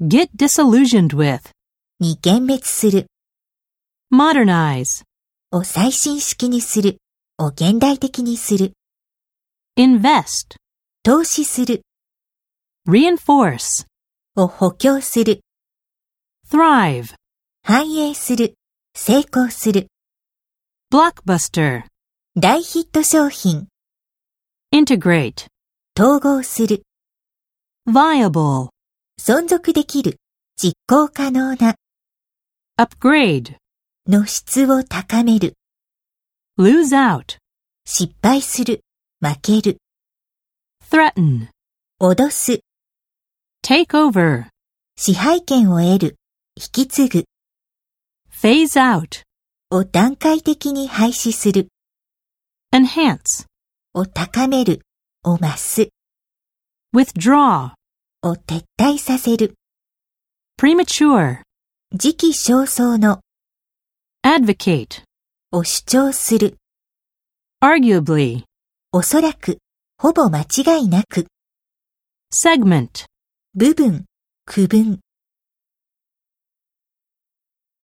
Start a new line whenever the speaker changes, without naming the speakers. Get disillusioned with.
に幻滅する
Modernize.
を最新式にするを現代的にする
Invest.
投資する
Reinforce.
を補強する
Thrive.
繁栄する成功する
Blockbuster.
大ヒット商品
Integrate.
統合する
Viable.
存続できる実行可能な
Upgrade.
の質を高める
Lose out.
失敗する負ける
Threaten.
脅す
Take over.
支配権を得る引き継ぐ
Phase out.
を段階的に廃止する
Enhance.
を高めるを増す
Withdraw.
を撤退させる
Premature.
時期尚早の
Advocate.
を主張する
Arguably.
おそらくほぼ間違いなく
Segment.
部分区分